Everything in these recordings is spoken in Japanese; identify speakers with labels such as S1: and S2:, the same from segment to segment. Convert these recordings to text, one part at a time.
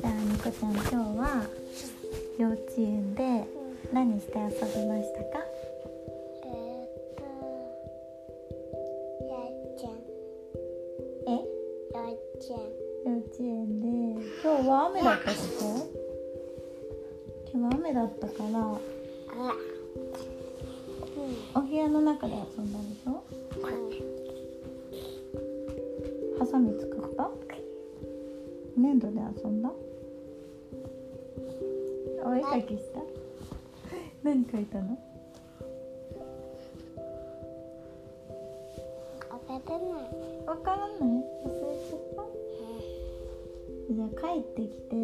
S1: じゃあニコちゃん今日は幼稚園で何して遊びましたか
S2: えーっと、幼稚園、
S1: え
S2: 幼稚園、
S1: 幼稚園で今日は雨だったこと今日は雨だったから
S2: あ、
S1: お部屋の中で遊んだでしょ
S2: うん、
S1: ハサミ使った粘土で遊んだお絵かきした何描いたの
S2: おべべない。
S1: わからない忘れちゃったじゃあ帰ってきて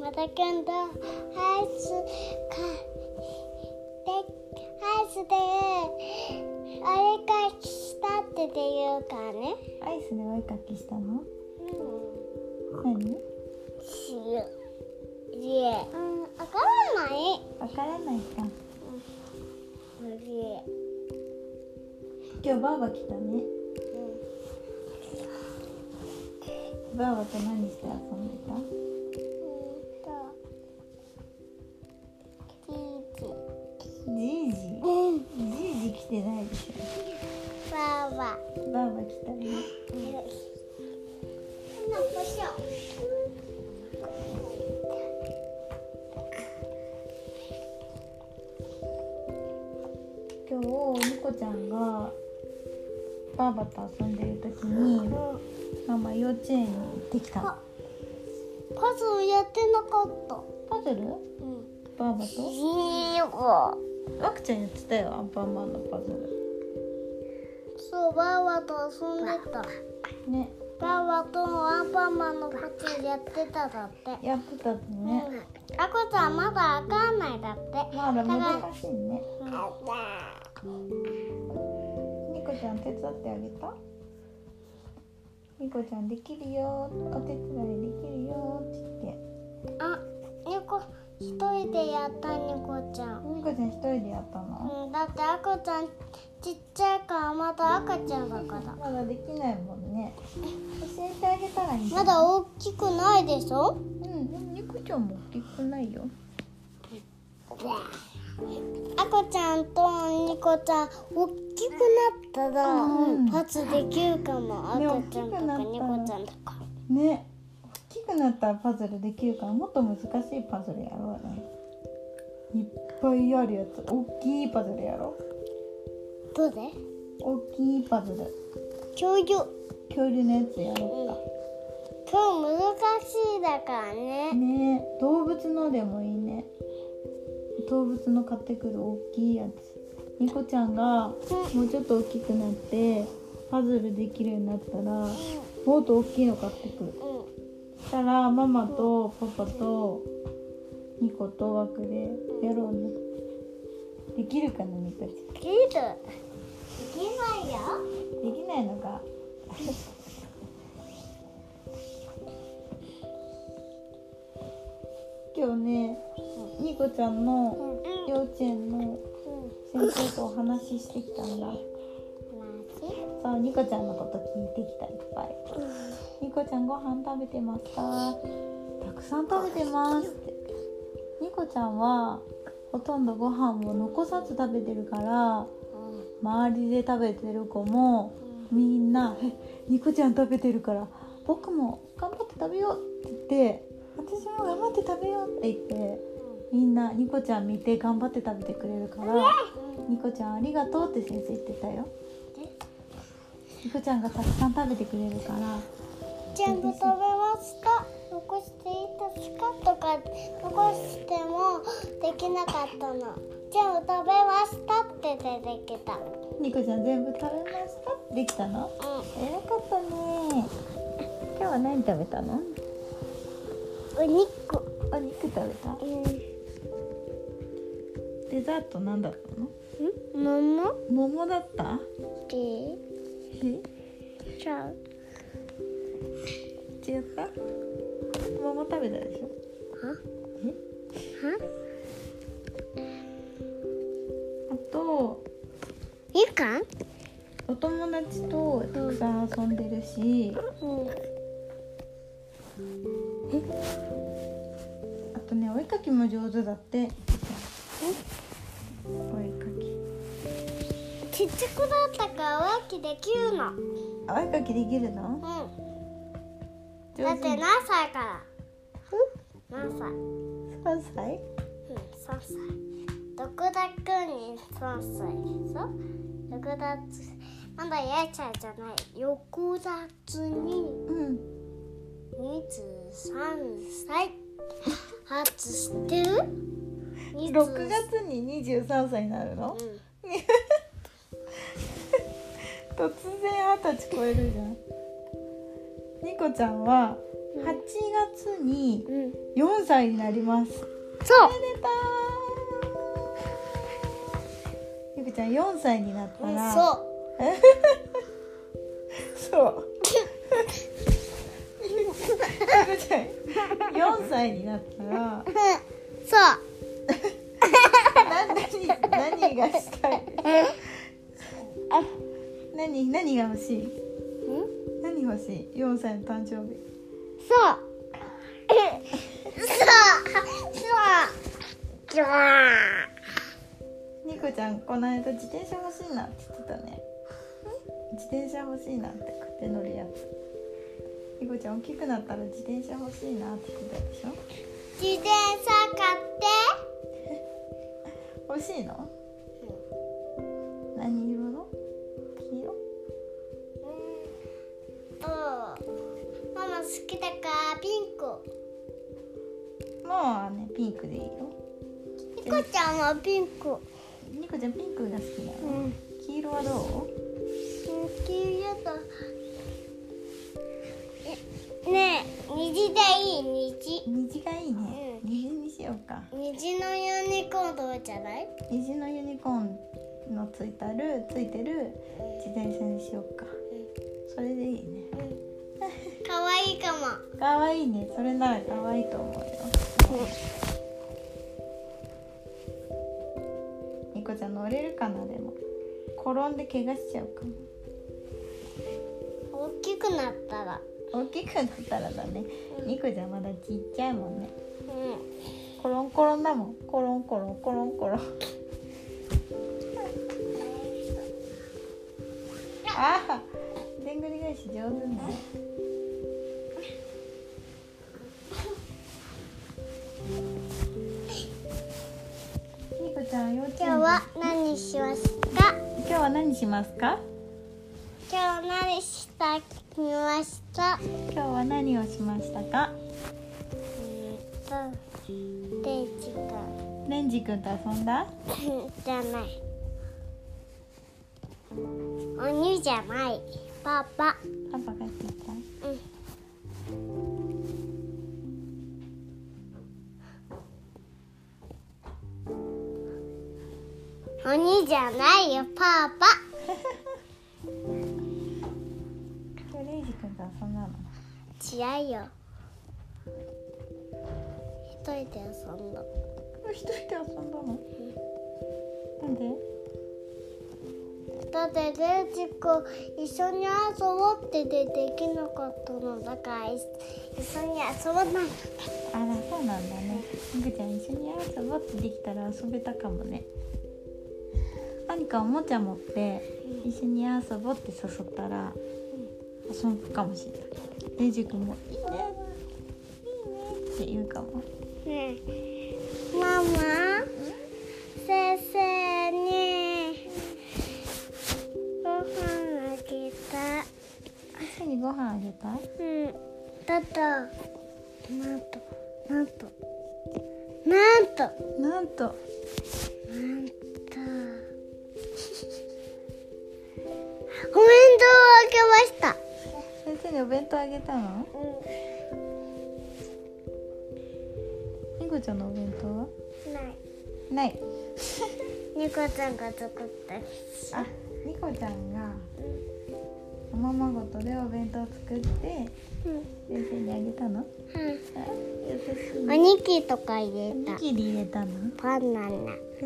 S2: また今度、ハウスか、で、ハウスで、あれかしたってで言うからね。
S1: アイスでお絵かきしたの
S2: うん、
S1: 何
S2: しよう。いえ、うん、わからない。
S1: わからないか
S2: いえ、
S1: 今日ばあば来たね
S2: うん。
S1: ばあばと何して遊んでた
S2: うんと、チーズ、
S1: じいじ
S2: うん、
S1: じいじ来てないでし
S2: バーバー。
S1: ょばあば来たね
S2: 那不笑。
S1: 今日ニコちゃんがばあばと遊んでる時にママ幼稚園に行ってきたの
S2: パズルやってなかった。
S1: パズル
S2: うん。
S1: ばあばと
S2: いいよ。
S1: ワクちゃんやってたよアンパンマンのパズル
S2: そう、バーバーと遊んでた。
S1: ね
S2: バーバーとアンパンマンのパズルやってただって。
S1: やってたの
S2: うん
S1: ね、
S2: あこちゃんまだわかんないだって。
S1: まだ
S2: だから
S1: 難しいねニコちゃん手伝ってあげたニコちゃんできるよお手伝いできるよって言って
S2: あ、ニコ一人でやったニコちゃん。
S1: ニコちゃん一人でやったの
S2: うん、だってあこちゃんちっちゃいからまだ赤ちゃんだから
S1: まだできないもんね教えてあげたらいいじゃ
S2: ま
S1: ん
S2: だ大きくないでしょ
S1: うんでもニコちゃんも大きくないよ
S2: あこちゃんとニコちゃん大きくなったら、
S1: うん
S2: パスできるかもあ
S1: ね
S2: こちゃんとか
S1: 大き
S2: ニ
S1: くなったら
S2: コちゃんとか
S1: ね大きくなったらパズルできるからもっと難しいパズルやろうねいっぱいあるやつ大きいパズルやろう
S2: どうで
S1: 大きいパズル
S2: 恐竜今
S1: 恐竜のやつやろうか
S2: 日難しいだからね
S1: ねえ動物のでもいいね動物の買ってくる大きいやつニコちゃんがもうちょっと大きくなってパズルできるようになったらもっと大きいの買ってくる
S2: うん
S1: そしたらママとパパとニコと枠でやろうねできるかなニコち
S2: できるできないよ
S1: ゃんできないのか今日ねニコちゃんの
S2: うん
S1: 幼稚園の
S2: うん
S1: 先生とお話ししてきたんだそうニコちゃんのこと聞いてきたいっぱいニコちゃんご飯食べてますかたくさん食べてますってニコちゃんはほとんどご飯を残さず食べてるから周りで食べてる子もみんな「えニコちゃん食べてるから僕も頑張って食べよう」って言って「私も頑張って食べよう」って言ってみんなニコちゃん見て頑張って食べてくれるから。ニコちゃんありがとうって先生言ってたよニコちゃんがたくさん食べてくれるから
S2: 全部食べますか残していいですかとか残してもできなかったの全部食べましたって出てきたう
S1: ニコちゃん全部食べましたできたの偉
S2: ん
S1: かったね今日は何食べたの
S2: お肉
S1: お肉食べたデザート何だったの
S2: うん桃
S1: 桃だった
S2: で
S1: え
S2: ちゃう
S1: 違った桃食べたでしょ
S2: は
S1: えあと
S2: みかん
S1: うお友達とたくさん遊んでるし、
S2: うん
S1: あとねお絵かきも上手だってお絵かき
S2: ちっちゃくなったからワキできるのうん
S1: あお絵かきできるの上
S2: だっ
S1: 手
S2: て
S1: に
S2: 何歳から何歳
S1: 3歳
S2: うん、3歳。徳田くんに3歳。そう徳田つ、まだ八重ちゃんじゃない。横田つに
S1: うん
S2: 23歳。初知ってる
S1: 6月に23歳になるの、
S2: うん。
S1: 突然二十歳超えるじゃんニコちゃんは8月に
S2: うん、
S1: 4歳になります
S2: そう
S1: おめでとうニコちゃん4歳になったら
S2: そう
S1: そう。4歳になったら
S2: うんそう
S1: 何何がしたいあ何何が欲しい
S2: うん
S1: 何欲しい4歳の誕生日
S2: そうそうそうそう
S1: ニコちゃんこの間自転車欲しいなって言ってたね自転車欲しいなって買って乗るやつニコちゃん大きくなったら自転車欲しいなって言ってたでしょ
S2: 自転車買って
S1: 欲しいの何色の黄色
S2: うんママ好きだからピンク。
S1: まあねピンクでいいよ
S2: ピコちゃんはピンク。
S1: ニコちゃんピンクが好きな
S2: う
S1: の
S2: ん。
S1: 黄色はど
S2: 黄色と。えねえ、虹でいい虹
S1: う。虹がいいね
S2: う
S1: 虹にしようか
S2: 虹のユニコーンどうじゃない？
S1: 虹のユニコーンのついたるついてる自転車にしようかそれでいいね
S2: うん。可愛いかも。
S1: かわいいねそれならかわいいと思うよニコちゃん乗れるかなでも転んで怪我しちゃうかも
S2: 大きくなったら。
S1: 大きくなったらだねニコちゃんまだちっちゃいもんね
S2: うん。
S1: コロンコロンだもんコロンコロンコロンコロンああでんぐり返し上手ねニコちゃん幼稚園で
S2: 今日は何しました？
S1: 今日は何しますか
S2: 今日何したきました？
S1: 今日は何をしましたか
S2: えーっと、デイジ君。
S1: レンジ君と遊んだ
S2: じゃない。お兄じゃない。パパ。
S1: パパ帰ってきた
S2: うん。お兄じゃないよ、パパ。
S1: 今日レンジ君と遊んだの
S2: 違うよ。一人で遊んだ。
S1: 一人で遊んだのなんで
S2: だってレイジ君一緒に遊ぼうってでできなかったのだからい一緒に遊ばない
S1: あらそうなんだね。みくちゃん一緒に遊ぼうってできたら遊べたかもね。何かおもちゃ持って一緒に遊ぼうって誘ったら遊ぶかもしれない。レイジ君もいいね。いいねって言うかも。
S2: ねえママ先生にご飯あげた
S1: 一緒にご飯あげたい？
S2: うんだとなんとなんとなん
S1: なん
S2: と
S1: と
S2: なんとお弁当をあげました
S1: 先生にお弁当あげたの？
S2: う
S1: みこちゃんのお弁当は？
S2: んない
S1: ない。
S2: ニコちゃんが作った
S1: あ、みこちゃんがおままごとでお弁当作って
S2: うん、う
S1: 先
S2: ん
S1: 生にあげたの？あ優しい
S2: お。にきとか入れ
S1: お
S2: た
S1: にぎり入れたの
S2: バナナ
S1: へえ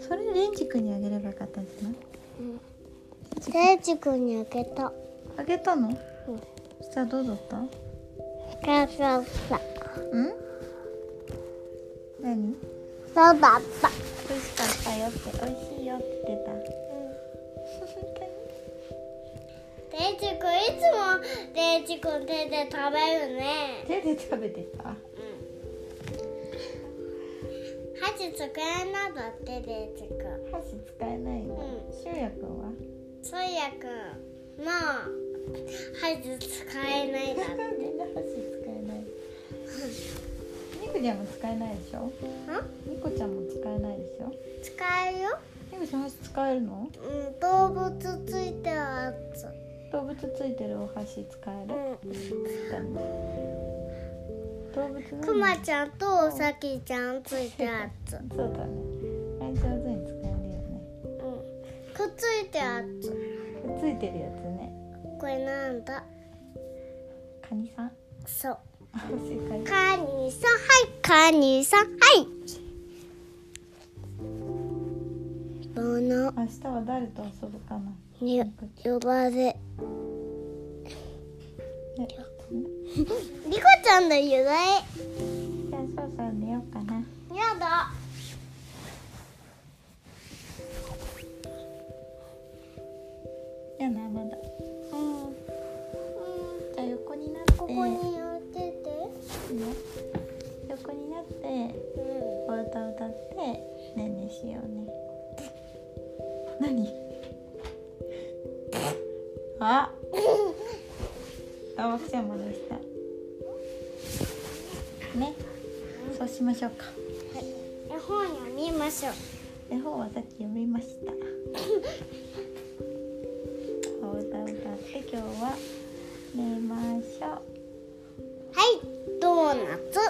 S1: それレンジ君にあげればよかったですね
S2: うん
S1: ち
S2: 聖地君にあげた。
S1: あげたの
S2: うん。
S1: そしたらどうだったん
S2: そうそうそう。
S1: 何
S2: そうだった。
S1: 美味しかったよって美味しいよって言ってた
S2: デイジ君いつもデイジ君手で食べるね。
S1: 手で食べてた
S2: 箸使えなだってデイジ君。
S1: 箸使えないんだ
S2: うん
S1: しゅうやくんは
S2: ソイヤ君も箸使えないだっ て。
S1: みんな箸使えない ニコちゃんも使えないでしょ
S2: ん
S1: ニコちゃんも使えないでしょ
S2: 使えるよ。
S1: ニコちゃん箸使えるの
S2: うん、動物ついてるやつ。
S1: 動物ついてるお箸使える
S2: うん。
S1: 動物の
S2: クマちゃんとおさきちゃんついてるやつ。
S1: そうだねあれ上手に使えるよね
S2: うん。くっついてるやつ。
S1: ついてるやつね
S2: これなんだ。
S1: カニ さん
S2: そう。
S1: 正解
S2: カニさん、はい、カニさん、はい。この
S1: 明日は誰と遊ぶかな
S2: に呼ばれ。
S1: ね
S2: リコちゃんの由来。
S1: じゃあそろそろ寝ようかな
S2: やだ。
S1: やなまだ
S2: うん。うん。
S1: じゃあ横になって
S2: ここにやってて。
S1: いいよ横になって
S2: うん。
S1: お歌歌ってねんねしようね何 ああわちゃん戻したねそうしましょうか
S2: 絵本読みましょう。
S1: 絵本はさっき読みました お歌歌って今日は寝ましょう
S2: はい、ドーナツ。